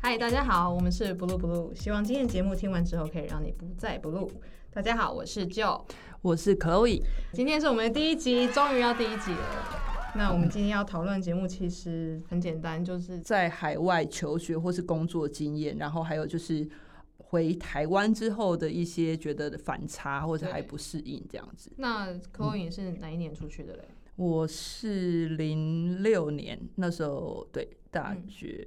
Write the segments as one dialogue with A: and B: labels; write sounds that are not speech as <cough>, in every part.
A: 嗨，大家好，我们是 Blue Blue，希望今天节目听完之后可以让你不再 Blue。大家好，我是 Joe，
B: 我是 Chloe。
A: 今天是我们的第一集，终于要第一集了。那我们今天要讨论节目其实很简单，就是
B: 在海外求学或是工作经验，然后还有就是回台湾之后的一些觉得的反差或者还不适应这样子。
A: 那 Chloe 你是哪一年出去的嘞？
B: 我是零六年那时候对大
A: 嗯
B: 学、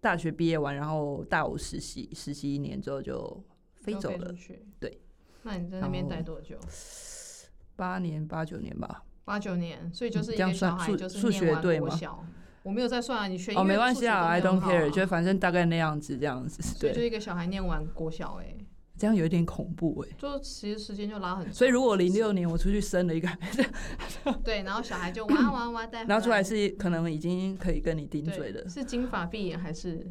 B: 大学毕业完，然后大五实习实习一年之后就飞
A: 就
B: 走
A: 出
B: 了，
A: 去。
B: 对。
A: 那你在那边
B: 然后
A: 待多久？
B: 八年八九年吧。
A: 八九年，所以就是一
B: 嗯这样
A: 个小
B: 算
A: 孩
B: 数
A: 就是
B: 数学
A: 念完
B: 对
A: 国
B: 吗
A: 小。我没有在算啊，你学音
B: 哦，
A: 乐
B: 没关
A: 数
B: 系
A: 学
B: 啊
A: 都
B: ，I
A: 没有很
B: don't
A: 好啊
B: care，就反正大概那样子这样子，
A: 所以就
B: 对，
A: 一个小孩念完国小、欸，
B: 这样有一点恐怖哎、
A: 就其实时间就拉很长。
B: 所以如果零六年我出去生了一个孩子，
A: 对，然后小孩就哇哇哇带回，
B: 然后出来是可能已经可以跟你顶
A: 对
B: 嘴的。
A: 是金发碧眼还
B: <laughs>
A: 是？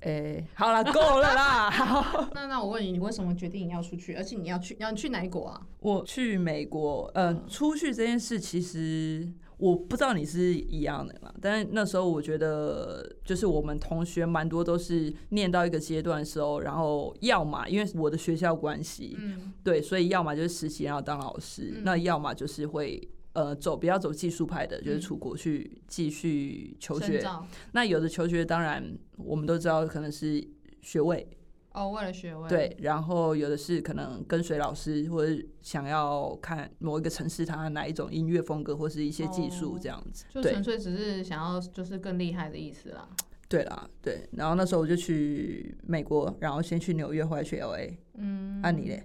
B: 诶，好了，够了
A: <laughs>
B: 啦！好，
A: 那那我问你，你为什么决定你要出去？而且你要去，要去哪一国啊？
B: 我去美国，呃，
A: 嗯
B: 出去这件事其实我不知道你是一样的嘛，但是那时候我觉得，就是我们同学蛮多都是念到一个阶段的时候，然后要么因为我的学校关系，
A: 嗯，
B: 对，所以要么就是实习，然后当老师；
A: 嗯
B: 那要么就是会呃走比较走技术派的，
A: 嗯
B: 就是出国去继续求
A: 深
B: 学。
A: 造
B: 那有的求学，当然我们都知道可能是学位，
A: 哦，为了学位，，
B: 对，然后有的是可能跟随老师，或者想要看某一个城市它哪一种音乐风格，或是一些技术
A: 哦
B: 这样子。
A: 就
B: 对
A: 纯粹只是想要就是更厉害的意思啦。
B: 对啦，对。然后那时候我就去美国，然后先去纽约，后来去 L A。啊
A: 嗯，
B: 按、你嘞？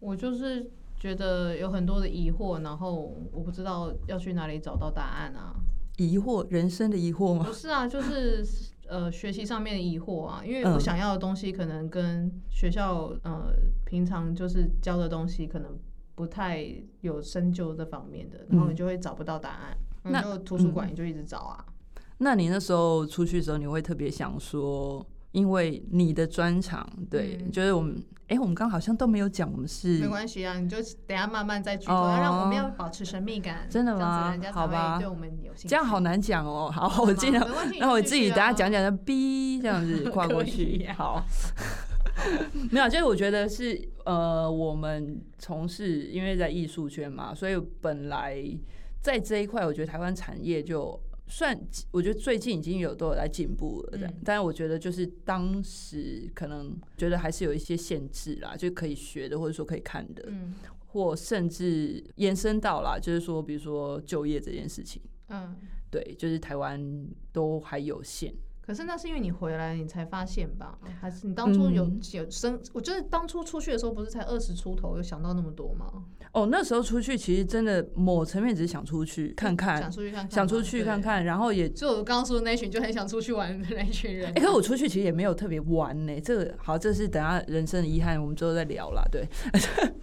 A: 我就是觉得有很多的疑惑，然后我不知道要去哪里找到答案啊。
B: 疑惑，人生的疑惑吗？
A: 不是啊，就是呃学习上面的疑惑啊，因为我
B: 嗯
A: 想要的东西可能跟学校呃平常就是教的东西可能不太有深究这方面的，然后你就会找不到答案，
B: 嗯那嗯
A: 那就图书馆你就一直找啊。
B: 那你那时候出去的时候，你会特别想说，因为你的专长，对，
A: 嗯
B: 就是我们，哎、我们刚好像都没有讲，我们是
A: 没关系啊，你就等一下慢慢再举报，
B: 哦
A: 要让我们要保持神秘感，
B: <laughs> 真的吗
A: 这样子人家才
B: 好吧
A: 会对我们有兴趣。
B: 这样好难讲哦、
A: <laughs>
B: 好，我
A: 进
B: 尽量。
A: 没关系，
B: 那我
A: 你继
B: 自
A: 续
B: 己等下
A: 啊。
B: 讲讲，就哔这样子跨过去。好，没有，就是我觉得是呃，我们从事因为在艺术圈嘛，所以本来在这一块，我觉得台湾产业就算，我觉得最近已经有都有在进步了，但、
A: 嗯
B: 但我觉得就是当时可能觉得还是有一些限制啦，就可以学的或者说可以看的，
A: 嗯
B: 或甚至延伸到啦，就是说比如说就业这件事情，
A: 嗯，
B: 对，就是台湾都还有限。
A: 可是那是因为你回来你才发现吧？还是你当初有
B: 嗯
A: 有生？我觉得当初出去的时候不是才二十出头，有想到那么多吗？
B: 哦，那时候出去其实真的某层面只是想出去看
A: 嗯想
B: 看，
A: 出去看看，
B: 想出去看。看，然后也，
A: 所以我刚刚说的那群就很想出去玩的那群人
B: 哎、，可我出去其实也没有特别玩呢、这个好，这是等下人生的遗憾，我们之后再聊啦。对， <laughs>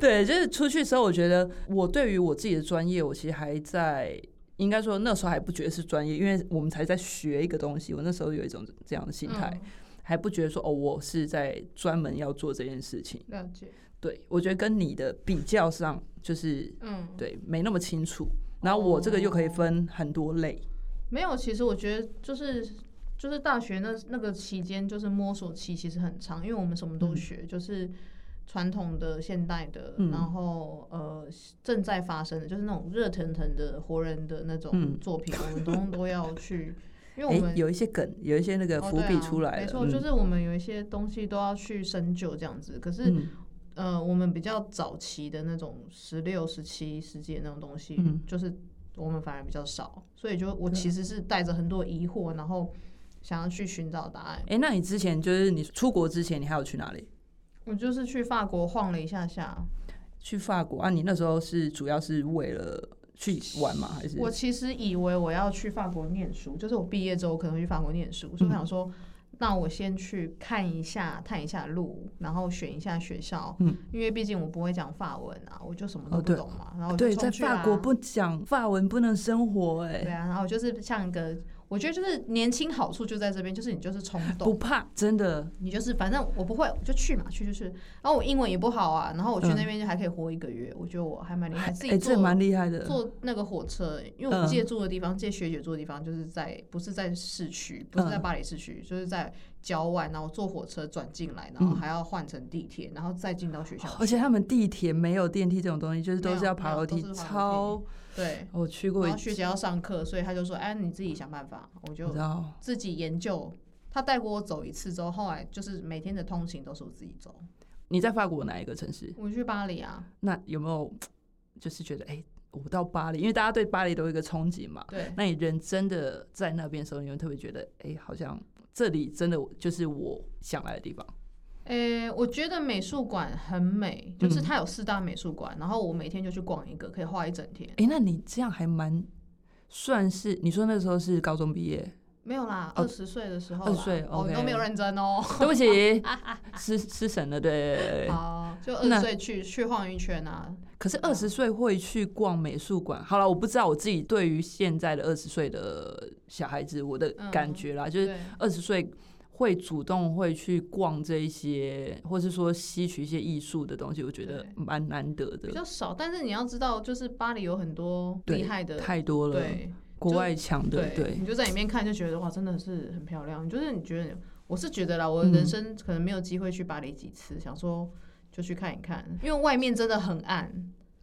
B: 对，就是出去的时候，我觉得我对于我自己的专业，我其实还在。应该说那时候还不觉得是专业，因为我们才在学一个东西。我那时候有一种这样的心态，
A: 嗯
B: 还不觉得说哦，我是在专门要做这件事情。
A: 嗯了解，
B: 对我觉得跟你的比较上，就是
A: 嗯，
B: 对，没那么清楚。然后我这个又可以分很多类，
A: 哦没有。其实我觉得就是就是大学那那个期间，就是摸索期其实很长，因为我们什么都学，就是传统的、现代的，
B: 嗯
A: 然后呃正在发生的，就是那种热腾腾的、活人的那种
B: 嗯
A: 作品，我们通通都要去，因为
B: 哎、
A: 我们
B: 有一些梗，有一些那个
A: 哦
B: 伏
A: 对
B: 笔
A: 啊
B: 出来
A: 没
B: 了。嗯
A: 错，就是我们有一些东西都要去深究这样子。可是，
B: 嗯
A: 呃，我们比较早期的那种十六、十七世纪的那种东西，
B: 嗯啊
A: 就是我们反而比较少，所以就我其实是带着很多疑惑，然后想要去寻找答案。
B: 哎、那你之前就是你出国之前，你还有去哪里？
A: 我就是去法国晃了一下下，
B: 啊去法国啊？你那时候是主要是为了去玩吗？还是
A: 我其实以为我要去法国念书，就是我毕业之后可能会去法国念书，所以我
B: 嗯
A: 想说，那我先去看一下、探一下路，然后选一下学校，
B: 嗯
A: 因为毕竟我不会讲法文啊，我就什么都
B: 哦
A: 不
B: 对
A: 懂嘛，然后我就
B: 对，
A: 冲
B: 在
A: 去啦啊
B: 法国不讲法文不能生活、
A: 对
B: 哎，
A: 啊，然后我就是像一个。我觉得就是年轻好处就在这边，就是你就是冲
B: 不
A: 动，
B: 怕，真的，
A: 你就是反正我不会，我就去嘛，去就去。然后我英文也不好啊，然后我去那边就还可以活一个月，我觉得我还蛮厉害，自
B: 嗯哎、
A: 己
B: 这
A: 坐
B: 蛮厉害的，
A: 坐那个火车，因为我
B: 嗯
A: 借住的地方，借学姐住的地方，就是在不是在市区，不是
B: 嗯
A: 在巴黎市区，就是在郊外，然后坐火车转进来，
B: 嗯
A: 然后还要换乘地铁，然后再进到学校去。
B: 而且他们地铁没有电梯这种东西，就是都
A: 没
B: 是
A: 有
B: 要爬
A: 没有
B: 楼
A: 都
B: 梯
A: 是，爬楼
B: 超
A: 对，
B: 我去过
A: 然
B: 一
A: 后学姐要上课，所以她就说：“哎，你自己想办法。”我
B: 你
A: 就
B: 知道，
A: 自己研究。她带过我走一次之后，后来就是每天的通勤都是我自己走。
B: 你在法国哪一个城市？
A: 我去巴黎啊，
B: 那有没有就是觉得，哎、我到巴黎，因为大家对巴黎都有一个憧憬嘛。
A: 对，
B: 那你人真的在那边的时候，你会特别觉得，哎、好像这里真的就是我想来的地方。
A: 诶、我觉得美术馆很美，就
B: 嗯
A: 是它有四大美术馆，然后我每天就去逛一个，可以画一整天。
B: 哎、那你这样还蛮算是，你说那时候是高中毕业，
A: 没有啦，
B: 哦
A: 二十岁的时候啦，
B: 20岁
A: 哦，你
B: OK
A: 都没有认真哦。
B: 对不起，失失神了，对。
A: 好，就二
B: 那
A: 十岁去去晃一圈啊。
B: 可是二十岁会去逛美术馆，好了，我不知道我自己对于现在的二十岁的小孩子我的感觉啦，就是
A: 对，
B: 二十岁会主动会去逛这一些，或是说吸取一些艺术的东西，我觉得
A: 对
B: 蛮难得
A: 比
B: 的，
A: 较少，但是你要知道，就是巴黎有很多
B: 对
A: 厉害的，
B: 太多了，
A: 对
B: 国外强的，对
A: 你就在里面看就觉得哇，真的是很漂亮。就是你觉得，我是觉得啦，
B: 嗯
A: 我人生可能没有机会去巴黎几次，想说就去看一看，因为外面真的很暗。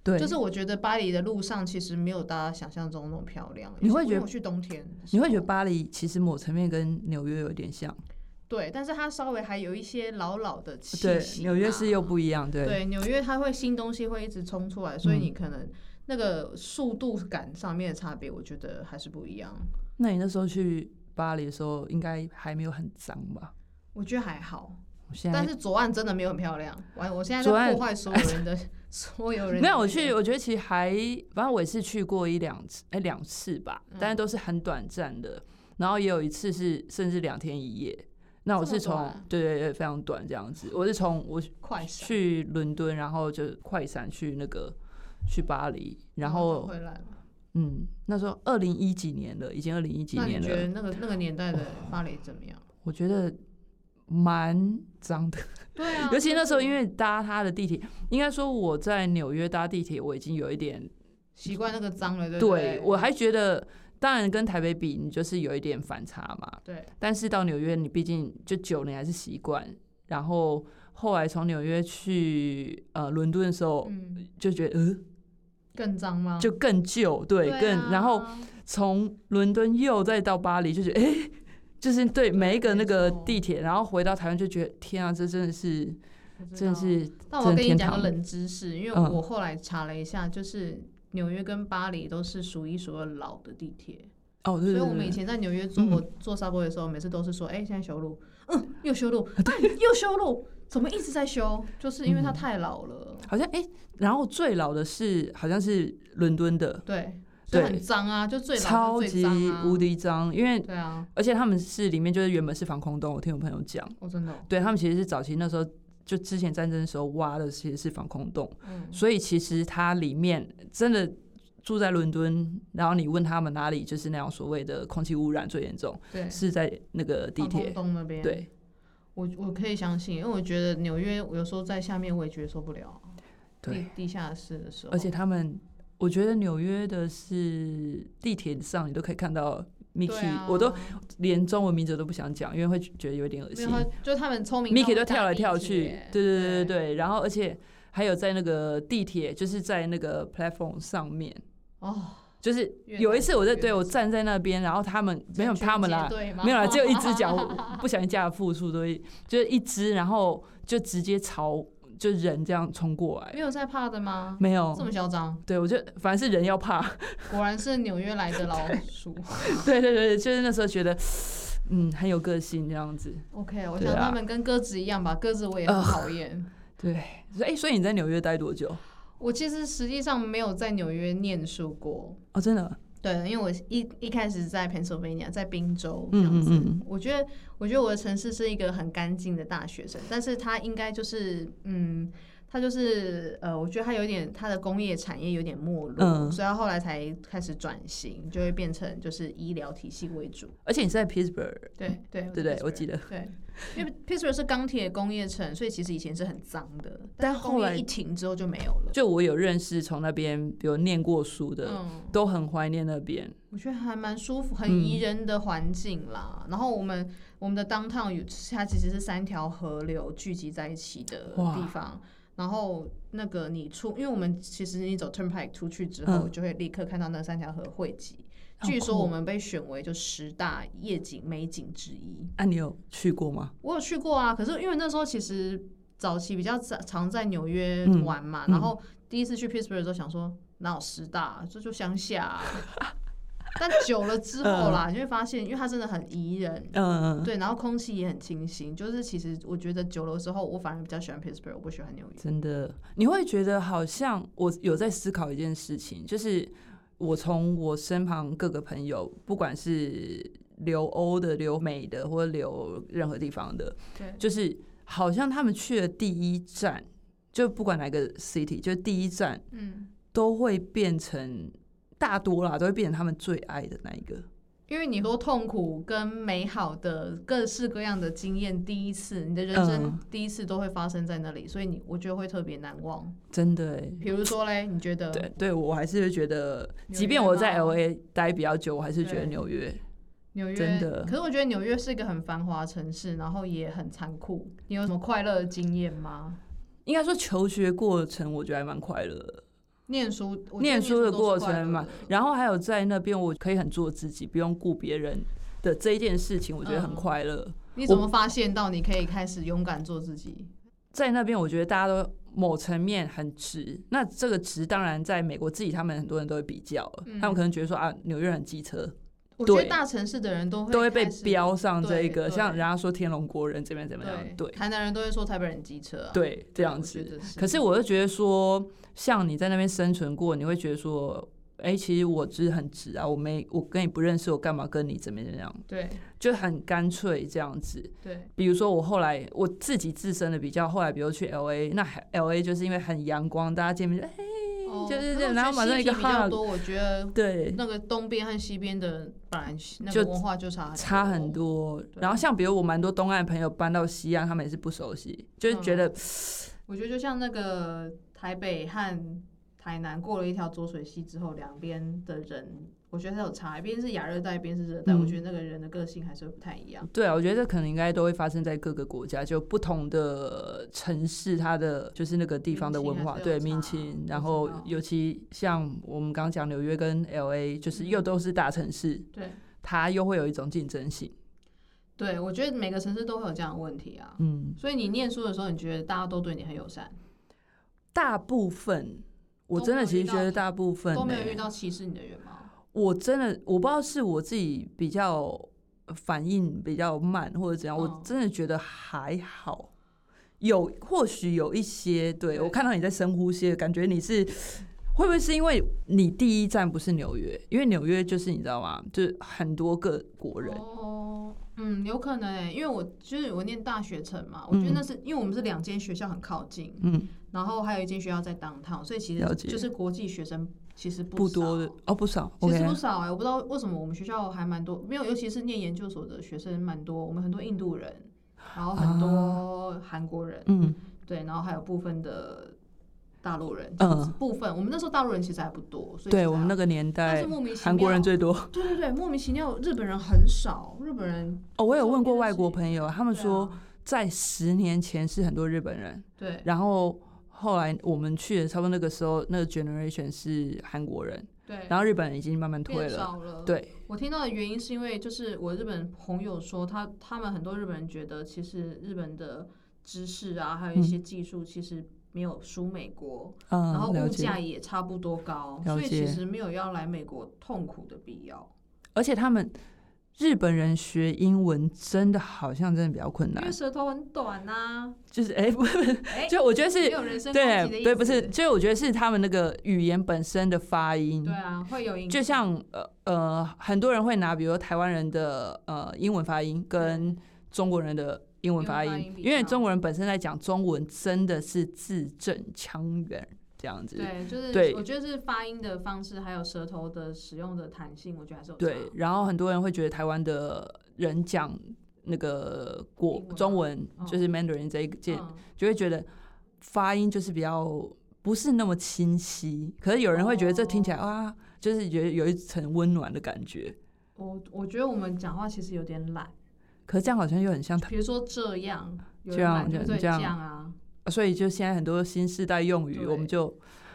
B: 对，
A: 就是我觉得巴黎的路上其实没有大家想象中那么漂亮。
B: 你会觉得
A: 因为我去冬天的时候，
B: 你会觉得巴黎其实某层面跟纽约有点像，
A: 对，但是它稍微还有一些老老的气息嘛、
B: 对，纽约是又不一样，对，嗯
A: 对纽约，它会新东西会一直冲出来，所以你可能那个速度感上面的差别，我觉得还是不一样。
B: 那你那时候去巴黎的时候，应该还没有很脏吧？
A: 我觉得还好，
B: 我现在
A: 但是左岸真的没有很漂亮。完，我现在
B: 啊左岸
A: 在破坏所有人的 <laughs> 所有人的。
B: 没有，我去，我觉得其实还，反正我也是去过一两次，哎、两次吧，
A: 嗯
B: 但是都是很短暂的。然后也有一次是甚至两天一夜。那我
A: 这么
B: 是从
A: 短啊
B: 对对对非常短这样子，我是从我
A: 快闪，
B: 去伦敦，然后就快闪去那个去巴黎，
A: 转
B: 然后
A: 回来了。
B: 嗯，那时候二零一几年了，已经二零一几
A: 那
B: 年
A: 你觉得
B: 了，
A: 那个那个年代的巴黎怎么
B: <sighs>
A: 样？
B: 我觉得蛮脏的。
A: 对啊，
B: 尤其那时候，因
A: 为
B: 为搭他的地铁，应该说我在纽约搭地铁，我已经有一点
A: 习惯那个脏了，对不
B: 对
A: 对
B: 我还觉得，当然跟台北比，你就是有一点反差嘛。
A: 对
B: 但是到纽约，你毕竟就久了，你还是习惯。然后后来从纽约去呃伦敦的时候，
A: 嗯
B: 就觉得呃
A: 更脏吗？
B: 就更旧，对，
A: 啊
B: 更然后从伦敦又再到巴黎，就觉得哎、诶就是对每一个那个
A: 没错
B: 地铁，然后回到台湾就觉得天啊，这真的是
A: 我知
B: 真的
A: 道
B: 是
A: 那我要跟
B: 真的
A: 你
B: 天
A: 讲个
B: 堂
A: 冷知识，因为
B: 嗯
A: 我后来查了一下，就是纽约跟巴黎都是数一数二老的地铁，
B: 哦，对
A: 所以
B: 对
A: 我
B: 对
A: 们以
B: 对，
A: 前在纽约坐
B: 嗯
A: 火坐沙波的时候，每次都是说，哎、现在修路，嗯，又修路，
B: 啊
A: 哎、又修路，怎么一直在修？就是因为
B: 嗯
A: 它太老了，
B: 好像哎、诶然后最老的是好像是伦敦的，
A: 对，所以
B: 对
A: 很脏啊，就最老
B: 超
A: 就最
B: 级
A: 脏啊，
B: 无敌脏，因为
A: 对啊，
B: 而且他们是里面就是原本是防空洞，我听我朋友讲，
A: 我真的哦，
B: 对他们其实是早期那时候就之前战争的时候挖的其实是防空洞，
A: 嗯，
B: 所以其实它里面真的住在伦敦，然后你问他们哪里就是那样所谓的空气污染最严重，
A: 对，
B: 是在那个地
A: 防空
B: 铁，
A: 洞那边，，
B: 对，
A: 我我可以相信，因为我觉得纽约，我有时候在下面我也觉得受不了，
B: 对
A: 地地下室的时候，
B: 而且他们。我觉得纽约的是地铁上，你都可以看到 Mickey，、
A: 对啊
B: 我都连中文名字都不想讲，因为会觉得有点恶
A: 没
B: 心
A: 有。他，就他们聪明到
B: Mickey 都
A: 会搭
B: 跳来
A: 地
B: 跳去
A: 铁，
B: 对对对对对，然后而且还有在那个地铁，就是在那个 platform 上面，
A: 哦，
B: 就是
A: 越
B: 有一
A: 来
B: 次我在
A: 越
B: 对我站在那边，然后他们没有他们啦，
A: 对吗？
B: 没有啦，只有一只脚，
A: <laughs>
B: 我不小心加了复数，所以就是一只，然后就直接朝就人这样冲过来，
A: 没有在怕的吗？
B: 没
A: 啊这
B: 有，
A: 么嚣张，
B: 对我就反正是人
A: <laughs>
B: 要怕，
A: 果然是纽约来的老
B: <laughs>
A: 鼠。
B: 对对对，就是那时候觉得嗯很有个性这样子，
A: OK，我
B: 对
A: 想
B: 啊呃
A: 他们跟鸽子一样吧，鸽子我也很讨厌。
B: 对，所以哎，所以你在纽约待多久？
A: 我其实实际上没有在纽约念书过，
B: 哦，真的，
A: 对，因为我一一开始在 Pennsylvania，在宾州这样
B: 嗯嗯
A: 子。
B: 嗯，
A: 我觉得，我觉得我的城市是一个很干净的大学生，但是他应该就是，嗯，它就是呃，我觉得它有点它的工业产业有点没落，
B: 嗯
A: 所以它后来才开始转型，就会变成就是医疗体系为主。
B: 而且你是在 Pittsburgh，
A: 对对
B: 对对我记得
A: 对，因为 Pittsburgh 是钢铁工业城，所以其实以前是很脏的，
B: 但
A: 是
B: 后
A: 工业
B: 来
A: 一停之后就没有了。
B: 就我有认识从那边，比如念过书的，
A: 嗯，
B: 都很怀念那边。
A: 我觉得还蛮舒服，
B: 嗯
A: 很宜人的环境啦。然后我们我们的 downtown 有它其实是三条河流聚集在一起的
B: 哇
A: 地方。然后那个你出，因为我们其实你走 turnpike 出去之后，
B: 嗯
A: 就会立刻看到那三条河汇集。
B: 好
A: 据说
B: 酷
A: 我们被选为就十大夜景美景之一。
B: 啊，你有去过吗？
A: 我有去过啊，可是因为那时候其实早期比较在常在纽约
B: 嗯
A: 玩嘛，
B: 嗯
A: 然后第一次去 Pittsburgh 的时候想说哪有师大，这就乡下、
B: <laughs>
A: 啊。但久了之后啦，你会发现，因为它真的很宜人，
B: 嗯，
A: 对，然后空气也很清新。就是其实我觉得久了之后，我反而比较喜欢 Pittsburgh，我不喜欢纽约。
B: 真的，你会觉得好像我有在思考一件事情，就是我从我身旁各个朋友，不管是留欧的、留美的，或者留任何地方的，
A: 对，
B: 就是好像他们去的第一站，就不管哪个 city，就第一站
A: 嗯，
B: 都会变成大多啦，都会变成他们最爱的那一个。
A: 因为你说痛苦跟美好的各式各样的经验，第一次你的人生
B: 嗯
A: 第一次都会发生在那里，所以你我觉得会特别难忘。
B: 真的、欸，
A: 比如说嘞，你觉得？
B: 对对，我还是会觉得，
A: 嗯纽
B: 即便
A: 约
B: 我在
A: 吗
B: L A 待比较久，我还是觉得
A: 对
B: 纽约
A: 纽约
B: 真的
A: 可是我觉得纽约是一个很繁华的城市，然后也很残酷。你有什么快乐的经验吗？
B: 应该说求学过程，我觉得还蛮快乐的。
A: 念书，我觉得
B: 念
A: 念
B: 书的过程嘛
A: 书都是快乐的，
B: 然后还有在那边，我可以很做自己，不用顾别人的这一件事情，我觉得很
A: 嗯
B: 快乐。
A: 你怎么发现到你可以开始勇敢做自己？
B: 在那边，我觉得大家都某层面很直。那这个直，当然在美国自己，他们很多人都会比较了，
A: 嗯
B: 他们可能觉得说啊，纽约人很机车，
A: 我觉得
B: 对
A: 大城市的人都会
B: 都会被
A: 开始，
B: 标上这一个，
A: 对对
B: 像人家说天龙国人怎么样怎么样
A: 对，
B: 对
A: 台南人都会说台北人机车啊，
B: 对，这样
A: 我
B: 子
A: 觉。得是
B: 可是我又觉得说，像你在那边生存过，你会觉得说，哎、其实我只是很直啊，我没我跟你不认识，我干嘛跟你怎么怎么样，
A: 对
B: 就很干脆这样子。
A: 对
B: 比如说我后来我自己自身的比较，后来比如去 L A，那 L A 就是因为很阳光，大家见面就哎、
A: 哦
B: 就
A: 可
B: 是
A: 我觉得
B: 然后马上一个
A: 西提比较
B: hug
A: 多，我觉得
B: 对，
A: 那个东边和西边的本来那
B: 就
A: 个文化就差
B: 差很
A: 多。
B: 多。
A: 对
B: 然后像比如我蛮多东岸朋友搬到西岸，他们也是不熟悉，就是
A: 嗯
B: 觉得
A: 我觉得就像那个台北和台南过了一条浊水溪之后，两边的人，我觉得它有差，一边是亚热带，一边是热带，
B: 嗯
A: 我觉得那个人的个性还是会不太一样。
B: 对啊，我觉得这可能应该都会发生在各个国家，就不同的城市，它的就是那个地方的文化，
A: 民情还是有
B: 对
A: 差
B: 民情
A: 我。
B: 然
A: 知
B: 后
A: 道
B: 尤其像我们刚刚讲纽约跟 L A，就是
A: 嗯
B: 又都是大城市，
A: 对，
B: 它又会有一种竞争性。
A: 对我觉得每个城市都会有这样的问题啊。
B: 嗯，
A: 所以你念书的时候，你觉得大家都对你很友善，
B: 大部分我
A: 都
B: 真
A: 没
B: 的
A: 有
B: 其
A: 遇
B: 实
A: 到
B: 觉得大部分
A: 都没有
B: 欸
A: 遇到歧视你的人吗？
B: 我真的我不知道是我自己比较反应比较慢或者怎样，
A: 嗯
B: 我真的觉得还好。有或许有一些，对
A: 对
B: 我看到你在深呼吸，感觉你是会不会是因为你第一站不是纽约？因为纽约就是你知道吗？就是很多个国人，
A: 哦，嗯，有可能、欸，因为我就是我念大学城嘛，我觉得那是、因为我们是两间学校很靠近，
B: 嗯，
A: 然后还有一间学校在 downtown，所以其
B: 了
A: 实
B: 解
A: 就是国际学生其实
B: 不
A: 少
B: 多的哦，不少。
A: 其实
B: OK，
A: 不少哎、我不知道为什么我们学校还蛮多，没有，尤其是念研究所的学生蛮多，我们很多印度人，然后很多韩国人，
B: 嗯，
A: 对，然后还有部分的大陆人，
B: 嗯
A: 嗯，部分我们那时候大陆人其实还不多，所以
B: 对我们那
A: 个
B: 个年
A: 但
B: 代
A: 是，莫名其妙
B: 韩国人最多。
A: 对对对，莫名其妙日本人很少，日本人啊
B: 哦，我有问过
A: 周边的
B: 外国
A: 是
B: 朋友，他们
A: 对啊
B: 说在十年前是很多日本人，
A: 对
B: 然后后来我们去的差不多那个时候，那个 generation 是韩国人，
A: 对，
B: 然后日本人已经慢慢退
A: 变
B: 了。
A: 少了，
B: 对，
A: 我听到的原因是因为，就是我日本朋友说他，他们很多日本人觉得，其实日本的知识啊，还有一些技术，其实没有输美国，
B: 嗯，
A: 然后
B: 了
A: 物
B: 解。
A: 价也差不多高，
B: 了
A: 所以其
B: 解
A: 实没有要来美国痛苦的必要。
B: 而且他们日本人学英文真的好像真的比较困
A: 因为
B: 难，
A: 舌头很短呐、
B: 就是哎，不是，
A: 哎
B: 就我觉得
A: 没
B: 是。
A: 有人身攻击的意
B: 对
A: 思。
B: 对，不是，就是我觉得是他们那个语言本身的发音，
A: 对啊，会有影响。
B: 就像呃呃，很多人会拿比如台湾人的呃英文发音跟中国人的英文发
A: 英文
B: 音
A: 发音，比
B: 因为
A: 较
B: 中国人本身在讲中文真的是字正腔圆这样子。
A: 对，就是
B: 对
A: 我觉得是发音的方式，还有舌头的使用的弹性，我觉得还是有差。
B: 对，然后很多人会觉得台湾的人讲那个国
A: 英文
B: 中文
A: 嗯
B: 就是 Mandarin 这一件，
A: 嗯
B: 就会觉得发音就是比较不是那么清晰。可是有人会觉得这听起来、啊，就是觉得有一层温暖的感觉。
A: 我我觉得我们讲话其实有点懒，
B: 可是这样好像又很像台，
A: 比如说这样，有
B: 这
A: 人
B: 样
A: 懒对不对？
B: 这
A: 这
B: 样
A: 样啊。
B: 所以就现在很多新时代用语，
A: 对
B: 我们就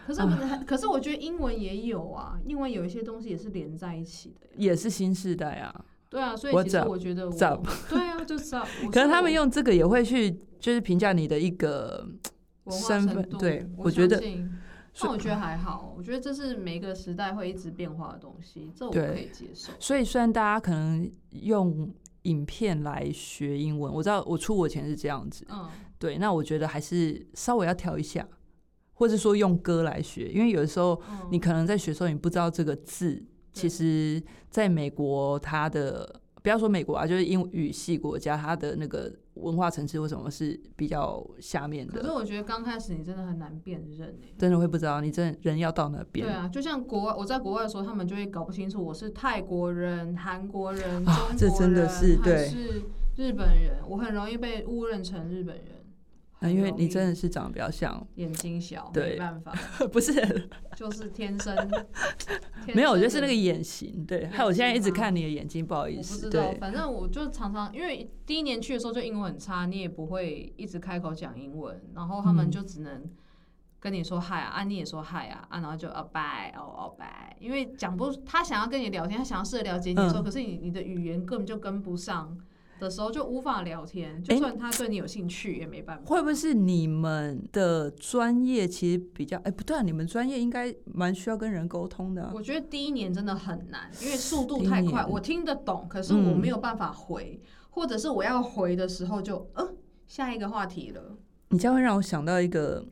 A: 可是我
B: 啊
A: 们还、可是我觉得英文也有啊，英文有一些东西也是连在一起的。
B: 也是新时代啊。
A: 对啊，所以
B: 我
A: 其实
B: 找
A: 我觉得我
B: 找
A: 对啊，就是
B: <laughs>
A: 找。
B: 可是他们
A: 用
B: 用这个也会去就是评价你的一个身份对
A: 我
B: 我觉得
A: 相信但我觉得还好，我觉得这是每个时代会一直变化的东西，这我
B: 对
A: 可以接受。
B: 所以虽然大家可能用影片来学英文，我知道我出国前是这样子，
A: 嗯，
B: 对，那我觉得还是稍微要调一下，或者说用歌来学，因为有的时候
A: 嗯
B: 你可能在学的时候你不知道这个字，其实在美国它的不要说美国啊，就是英语系国家它的那个文化层次为什么是比较下面
A: 可是
B: 的，
A: 我觉得刚开始你真的很难辨认诶、
B: 真的会不知道你真的人要到那
A: 对
B: 边。
A: 啊，就像国外，我在国外的时候，他们就会搞不清楚我是泰国人、韩国人、中
B: 啊
A: 国人，
B: 这真的是
A: 还
B: 对
A: 是日本人，我很容易被误认成日本人。
B: 那啊因为你真
A: 的
B: 的是长得比较像， <laughs>
A: 眼睛小，
B: 对
A: 没办法，
B: 不是
A: 就是天
B: <laughs>
A: 生。天
B: 没有，我
A: 生
B: 就是那
A: 的
B: 个眼型，对。
A: 眼
B: 还有我现在一直
A: 型吗
B: 看你的眼睛，不好意
A: 我不
B: 思，
A: 知道，
B: 对，
A: 反正我就常常，因为第一年去的时候就英文很差，你也不会一直开口讲英文，然后他们
B: 嗯
A: 就只能跟你说嗨啊，啊你也说嗨啊，啊然后就啊拜哦哦拜，因为讲不，他想要跟你聊天，他想要试着了解你的时候，
B: 嗯
A: 可是你你的语言根本就跟不上的时候，就无法聊天，
B: 诶
A: 就算他对你有兴趣也没办法。
B: 会不会是你们的专业其实比较？哎、不对啊，你们专业应该蛮需要跟人沟通的、啊。
A: 我觉得第一年真的很难，因为速度
B: 第一
A: 太快，
B: 年
A: 我听得懂，可是我
B: 嗯
A: 没有办法回，或者是我要回的时候就嗯下一个话题了。
B: 你这样会让我想到一个，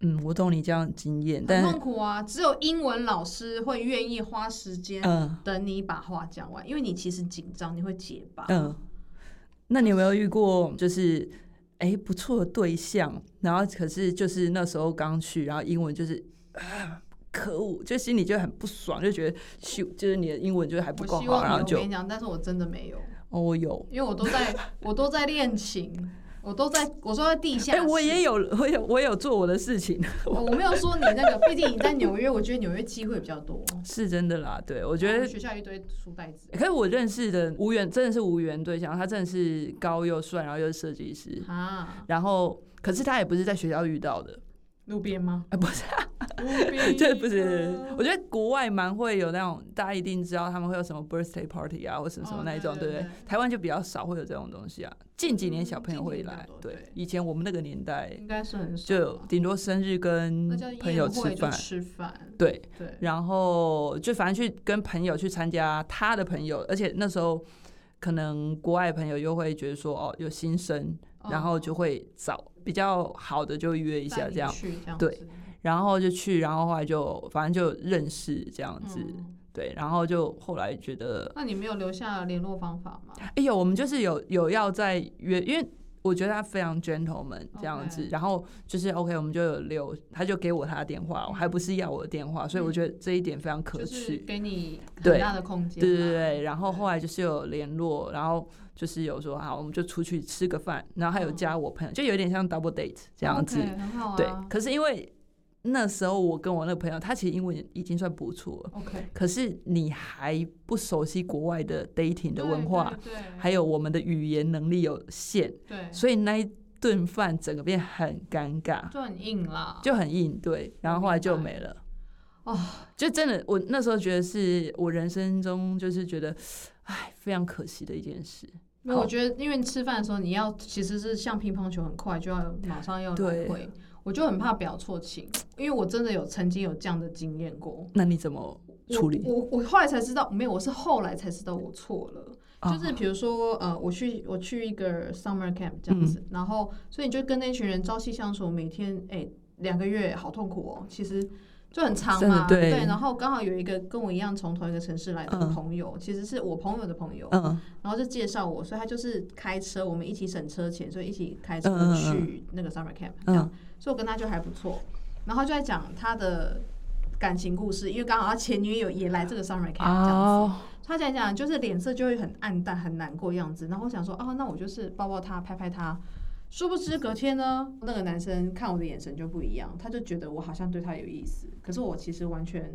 B: 嗯，我懂你这样的经验，
A: 很
B: 但
A: 痛苦啊！只有英文老师会愿意花时间
B: 嗯
A: 等你把话讲完，因为你其实紧张，你会结巴。
B: 嗯，那你有没有遇过就是哎、不错的对象，然后可是就是那时候刚去，然后英文就是啊可恶，就心里就很不爽，就觉得羞，就是你的英文就是还不
A: 我
B: 够
A: 希
B: 好，
A: 望
B: 然后
A: 有，我
B: 就
A: 跟你讲，但是我真的没有，
B: 哦，我有。
A: 因为我都在，我都在练琴，我都在，我说在地下
B: 哎、
A: 室。
B: 我也有， <laughs> 我有，我有做我的事情， <laughs>
A: 我，我没有说你那个，毕竟你在纽约，我觉得纽约机会比较多。
B: 是真的啦。对，我觉
A: 然
B: 得
A: 后学校一堆书呆子
B: 可是我认识的无缘真的是无缘对象，他真的是高又帅，然后又是设计师，
A: 啊，
B: 然后可是他也不是在学校遇到的，
A: 路边
B: <laughs>
A: 吗？
B: 啊不是，
A: 路
B: <laughs>
A: 边
B: 这不是，我觉得国外蛮会有那种，大家一定知道他们会有什么 birthday party 啊，或什么什么
A: 哦
B: 那一种，
A: 对
B: 不
A: 对
B: 对？台湾就比较少会有这种东西啊，近几年小朋友会来
A: 嗯近几年比较，多
B: 对
A: 对，
B: 以前我们那个年代
A: 应该是很少
B: 就
A: 吧
B: 顶多生日跟
A: 那叫
B: 朋
A: 宴
B: 友吃
A: 会就
B: 饭，
A: 吃饭，
B: 对，
A: 对，
B: 然后就反正去跟朋友去参加他的朋友，而且那时候可能国外的朋友又会觉得说哦有新生，
A: 哦
B: 然后就会找比较好的就约一
A: 一
B: 下这样，
A: 去这样
B: 对
A: 子
B: 然后就去，然后后来就反正就认识这样子，
A: 嗯
B: 对，然后就后来觉得
A: 那你没有留下联络方法吗？
B: 哎呦，我们就是有有要在约，因为。我觉得他非常 gentleman 这样子
A: OK
B: 然后就是 OK，我们就有留，他就给我他的电话，还不是要我的电话，所以我觉得这一点非常
A: 嗯
B: 可
A: 就
B: 取。
A: 是给你
B: 对
A: 很大的空间。
B: 对对对，，然后
A: 对
B: 后来就是有联络，然后就是有说好，我们就出去吃个饭，然后还有
A: 嗯
B: 加我朋友，就有点像 double date 这样子。
A: OK，很好啊。
B: 对，可是因为那时候我跟我那个朋友，他其实英文已经算不错了，
A: ，OK
B: 可是你还不熟悉国外的 dating 的文化，，
A: 对对
B: 还有我们的语言能力有限，
A: 对，
B: 所以那一顿饭整个变很尴尬。
A: 就很硬啦。
B: 就很硬，对，然后后来就
A: 明白
B: 没了。
A: 哦，
B: 就真的，我那时候觉得是我人生中就是觉得，唉，非常可惜的一件事。
A: 因为我
B: 好
A: 觉得，因为吃饭的时候你要其实是像乒乓球，很快就要马上要
B: 对
A: 来回。我就很怕表错情，因为我真的有曾经有这样的经验过。
B: 那你怎么处理？
A: 我我我后来才知道，没有，我是后来才知道我错了。就是
B: 啊
A: 比如说，呃，我去我去一个 summer camp 这样
B: 嗯
A: 子，然后所以你就跟那群人朝夕相处，每天哎两、个月好痛苦哦。其实就很长
B: 真的
A: 嘛，
B: 对
A: 然后刚好有一个跟我一样从同一个城市来的
B: 嗯
A: 朋友，其实是我朋友的朋友，
B: 嗯
A: 然后就介绍我，所以他就是开车，我们一起省车钱，所以一起开
B: 嗯
A: 车
B: 嗯嗯
A: 去那个 summer camp 这样，
B: 嗯
A: 所以我跟他就还不错。然后他就在讲他的感情故事，因为刚好他前女友也来这个 summer camp 这样子，
B: 哦，
A: 他讲一讲就是脸色就会很暗淡、很难过样子。然后我想说，哦，那我就是抱抱他、拍拍他。殊不知隔天呢，那个男生看我的眼神就不一样，他就觉得我好像对他有意思，可是我其实完全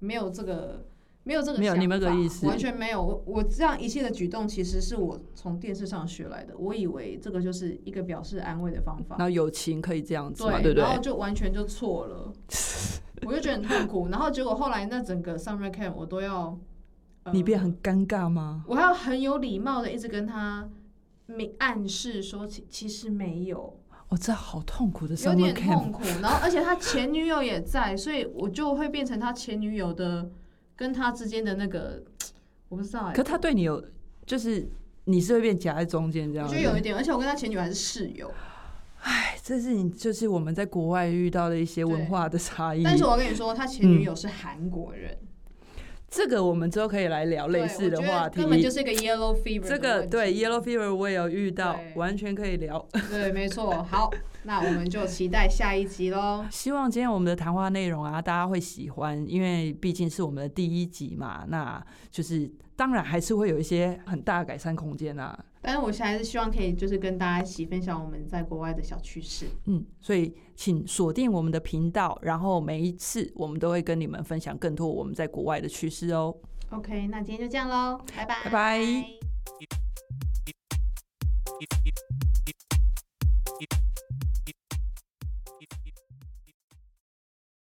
A: 没有这个。没有这个
B: 没有
A: 想
B: 你没有这个
A: 法
B: 意思
A: 完全没有。我我这样一切的举动，其实是我从电视上学来的。我以为这个就是一个表示安慰的方法
B: 然，后友情可以这样子嘛，
A: 对，
B: 对不
A: 然后
B: 对？
A: 就完全就错
B: <laughs>
A: 了，我就觉得很痛苦。然后结果后来那整个 summer camp 我都要，呃
B: 你变很尴尬吗？
A: 我还要很有礼貌的一直跟他明暗示说，其其实没有，
B: 哦，这好痛苦的
A: 有
B: summer
A: 点
B: camp，
A: 痛苦。然后，而且他前女友也在，所以我就会变成他前女友的跟他之间的那个，我不知道哎、
B: 可他对你有，就是你是会变夹在中间这
A: 我
B: 样
A: 觉
B: 子
A: 得。有一点，而且我跟他前女友还是室友。
B: 哎，这是你就是我们在国外遇到的一些文
A: 对
B: 化的差异。
A: 但是我跟你说，他前女友是韩国人，
B: 这个我们之后可以来聊
A: 对
B: 哦类似的
A: 我觉得
B: 话题。
A: 根本就是一个 yellow fever 的
B: 这个
A: 问题
B: 对 yellow fever 我也有遇到
A: 对，
B: 完全可以聊。 <laughs>
A: <laughs> 对，没错。好，那我们就期待下一集喽。
B: 希望今天我们的谈话内容啊，大家会喜欢，因为毕竟是我们的第一集嘛，那就是当然还是会有一些很大的改善空间啊。
A: 但是我还是希望可以就是跟大家一起分享我们在国外的小趣事。
B: 嗯，所以请锁定我们的频道，然后每一次我们都会跟你们分享更多我们在国外的趣事哦。
A: OK，那今天就这样喽，拜拜，
B: 拜拜。